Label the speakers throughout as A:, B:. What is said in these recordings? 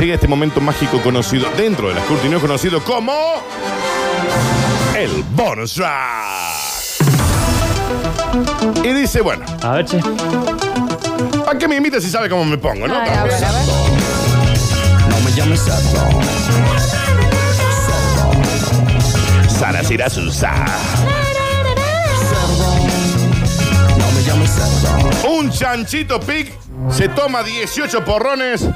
A: Llega este momento mágico conocido dentro de las cortinas conocido como el bonus track. Y dice, bueno,
B: A ver, che.
A: ¿para qué me invita si sabe cómo me pongo, no?
C: Ay, a ver, a ver.
D: No me llames Sardo.
A: Sara Sirasusa.
D: No me llames Sardo.
A: Un chanchito pig se toma 18 porrones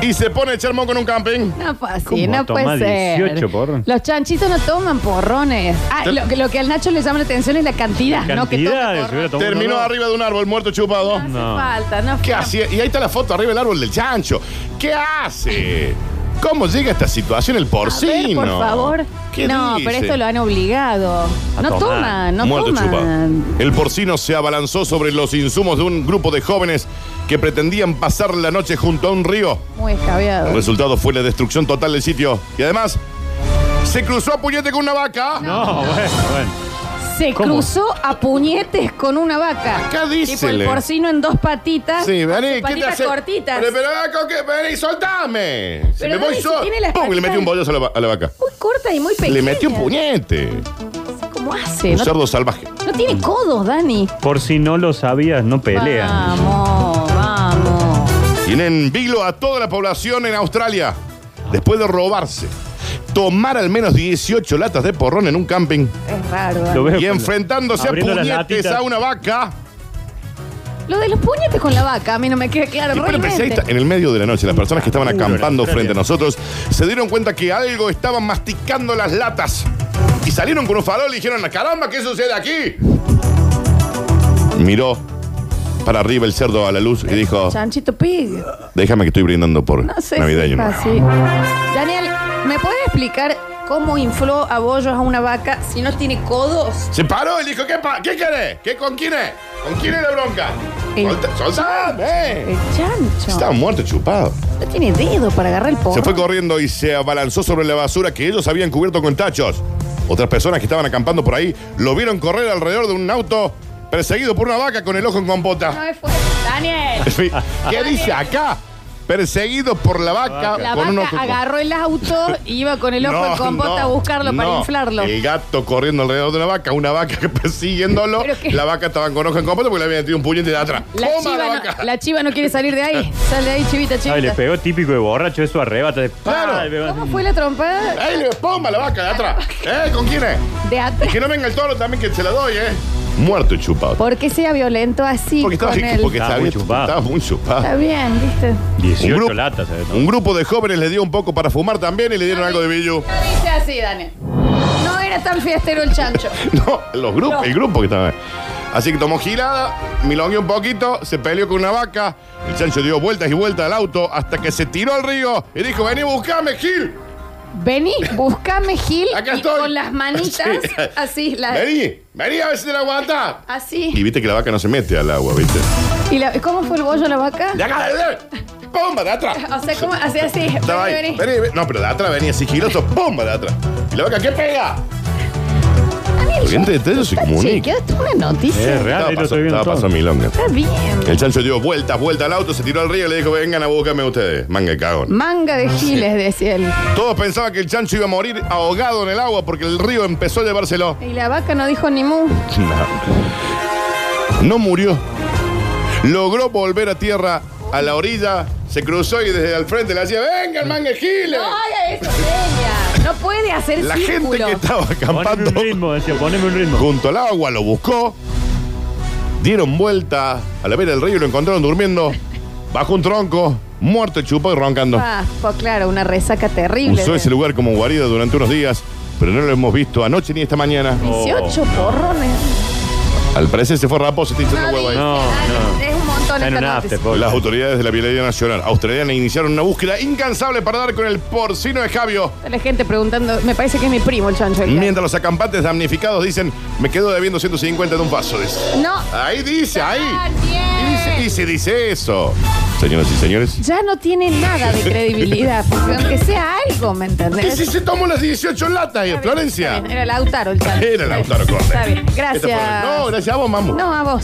A: y se pone a echar moco en un camping.
C: No fue así,
B: ¿Cómo
C: no
B: toma
C: puede ser.
B: 18 porrones?
C: Los chanchitos no toman porrones. Ah, lo, que- lo que al Nacho le llama la atención es la cantidad, no que tome
B: Cantidades,
C: porrones.
B: hubiera tomado
A: Terminó
B: uno, ¿no?
A: arriba de un árbol muerto chupado.
C: No
B: No.
C: hace falta, no
A: ¿Qué
C: fue-
A: hace? Y ahí está la foto arriba del árbol del chancho. ¿Qué hace? ¿Cómo llega a esta situación el
C: A ver,
A: porcino?
C: por favor.
A: ¿Qué
C: No,
A: dice?
C: pero esto lo han obligado.
B: A
C: no
B: tomar.
C: toman, no
A: Muerto
C: toman.
A: chupado. El porcino se abalanzó sobre los insumos de un grupo de jóvenes que pretendían pasar la noche junto a un río.
C: Muy
A: El
C: escabeado.
A: resultado fue la destrucción total del sitio. Y además, se cruzó a puñete con una vaca.
B: No, bueno, bueno.
C: Se
B: ¿Cómo?
C: cruzó a puñetes con una vaca.
A: Acá
C: Tipo el
A: dícele.
C: porcino en dos patitas.
A: Sí, vení, ¿qué te
C: patitas
A: hace?
C: cortitas.
A: Pero, pero, ¿con qué? vení, soltame. Si
C: Pero
A: me voy
C: dale, si
A: solo.
C: tiene las
A: Pum, y le metí
C: patitas.
A: un bollo a la, va- a la vaca.
C: Muy corta y muy pequeña.
A: Le metí un puñete.
C: ¿Cómo hace?
A: Un
C: Eh, No,
A: cerdo salvaje.
C: no tiene codos, Dani.
B: Por si no lo sabías, no
C: Ah,
B: pelean.
C: Vamos, vamos.
A: Tienen en vilo a toda la población en Australia. Después de robarse, tomar al menos 18 latas de porrón en un camping
C: Es raro. Dani.
B: Lo veo
A: y
B: con la-
A: enfrentándose a
B: abriendo las
A: puñetes
B: latitas.
A: a una vaca.
C: Lo de los puñetes con la vaca, a mí no me queda claro.
A: Y bueno,
C: realmente.
A: pensé, ahí está, en el medio de la noche, las personas que estaban acampando frente a nosotros se dieron cuenta que algo estaban masticando las latas. Y salieron con un farol y dijeron, caramba, ¿qué sucede aquí? Miró para arriba el cerdo a la luz y dijo,
C: Chanchito Pig.
A: déjame que estoy brindando por
C: No sé
A: navideño
C: si es
A: nuevo".
C: así. Daniel, ¿me puedes explicar cómo infló a bollos a una vaca si no tiene codos?
A: Se paró y dijo, ¿qué, pa ¿qué querés? ¿Qué, ¿Con quién es? ¿Con quién es la bronca?
C: El-
A: Solta- soltame.
C: El chancho.
A: Estaba muerto, chupado.
C: No tiene dedo para agarrar el porro.
A: Se fue corriendo y se abalanzó sobre la basura que ellos habían cubierto con tachos. Otras personas que estaban acampando por ahí lo vieron correr alrededor de un auto perseguido por una vaca con el ojo en
C: No
A: compota.
C: me fue. Daniel.
A: En fin, ¿Qué dice acá? Perseguido por la vaca
C: La
A: con un
C: vaca
A: ojo en
C: agarró el auto y iba con el ojo
A: No,
C: en compota a
A: no,
C: buscarlo para
A: no. Eh,
C: inflarlo.
A: El gato corriendo alrededor de una vaca, una vaca persiguiéndolo.
C: ¿Pero qué?
A: La vaca estaba con ojo en compota porque le había metido un puñete de atrás.
C: La
A: ¡Toma
C: chiva,
A: la
C: no,
A: vaca!
C: la chiva no quiere salir de ahí. Sale de ahí, chivita,
B: Ay, Ah, le
C: chivita.
B: pegó típico de borracho, eso arrebata. de-
A: Claro.
B: Ah, le-
C: ¿Cómo fue la trompada?
A: ¡Ey, le- ¡Pumba la vaca de atrás! ¿Eh? ¿Con quién es?
C: De
A: Y
C: atrás.
A: que no venga el toro también que se la doy, ¿eh? Muerto y chupado.
C: ¿Por qué sea violento así
A: Porque estaba,
C: con él?
A: porque
B: Estaba
A: sabía-
B: muy chupado.
A: estaba muy chupado.
C: Está bien, ¿viste?
A: Un
B: 18
A: grupo-
B: latas, ¿sabes?
A: Un grupo de jóvenes le dio un poco para fumar también y le dieron algo de billu.
C: No dice así, Daniel. No era tan fiestero el chancho.
A: No, los grupos,
C: No.
A: el grupo que estaba. Así que tomó girada, milongueó un poquito, se peleó con una vaca. El chancho dio vueltas y vueltas al auto hasta que se tiró al río y dijo: Vení, buscame, Gil.
C: Vení, buscame Gil
A: Acá
C: y
A: estoy.
C: con las manitas
A: Sí.
C: así, la-
A: Vení, vení a ver si te la aguantás. Y
C: así.
A: viste que la vaca no se mete al agua, viste.
C: ¿Y la- cómo fue el bollo de la vaca?
A: De acá, de, de, ¡Pomba de atrás!
C: O sea, ¿cómo? Así, así.
A: Estaba ahí.
C: Vení, vení.
A: Vení, vení. No, pero de atrás venía sigiloso, ¡pomba de atrás! ¿Y la vaca qué pega?
C: Daniel,
A: Los dientes de ellos se
C: está
A: comunican.
C: chequeado, esto es una noticia.
B: Es real, ahí lo estoy viendo
A: estaba
B: todo.
A: pasando milonga.
C: Está bien.
A: El chancho dio vueltas, vueltas al auto, se tiró al río y le dijo, vengan a buscarme ustedes. Manga de cagón.
C: Manga de giles, decía él.
A: Todos pensaban que el chancho iba a morir ahogado en el agua porque el río empezó a llevárselo.
C: Y la vaca no dijo ni mu.
A: Eh. No. No murió. Logró volver a tierra, a la orilla, se cruzó y desde al frente le hacía, vengan, manga de giles.
C: No haga eso, Peña. No puede hacer
A: La
C: círculo.
A: gente que estaba
B: Poneme
A: acampando
B: un ritmo, decía, poneme un ritmo.
A: junto al agua lo buscó. Dieron vuelta a la vera del río y lo encontraron durmiendo bajo un tronco, muerto, chupo y roncando.
C: Ah, fue claro, una resaca terrible.
A: Usó ese lugar como guarida durante unos días, pero no lo hemos visto anoche ni esta mañana.
C: 18
A: Oh.
C: porrones.
A: Al parecer se fue raposo, está hinchando huevo ahí.
B: No,
C: Dani, Es un montón
B: Está en
C: esta
B: un
C: noticia.
B: after, pobre.
A: Las autoridades de la Violería Nacional Australiana iniciaron una búsqueda incansable para dar con el porcino de Javio.
C: Está La gente preguntando, me parece que es mi primo el chancho. el que-
A: Mientras los acampantes damnificados dicen, me quedo debiendo 150 de un paso. dice.
C: No,
A: Ahí dice, ahí. Ah, Y dice,
C: Daniel.
A: y se dice eso. Señoras y señores.
C: Ya no tiene nada de credibilidad, porque aunque sea algo, ¿me
A: ¿Qué si
C: entendés?
A: se tomó las 18 latas ahí, Florencia?
C: Era Lautaro el chancho.
A: Era Lautaro Correa.
C: Está bien,
A: Este fue-
C: gracias.
A: No, gracias a vos, mamu.
C: No, a vos.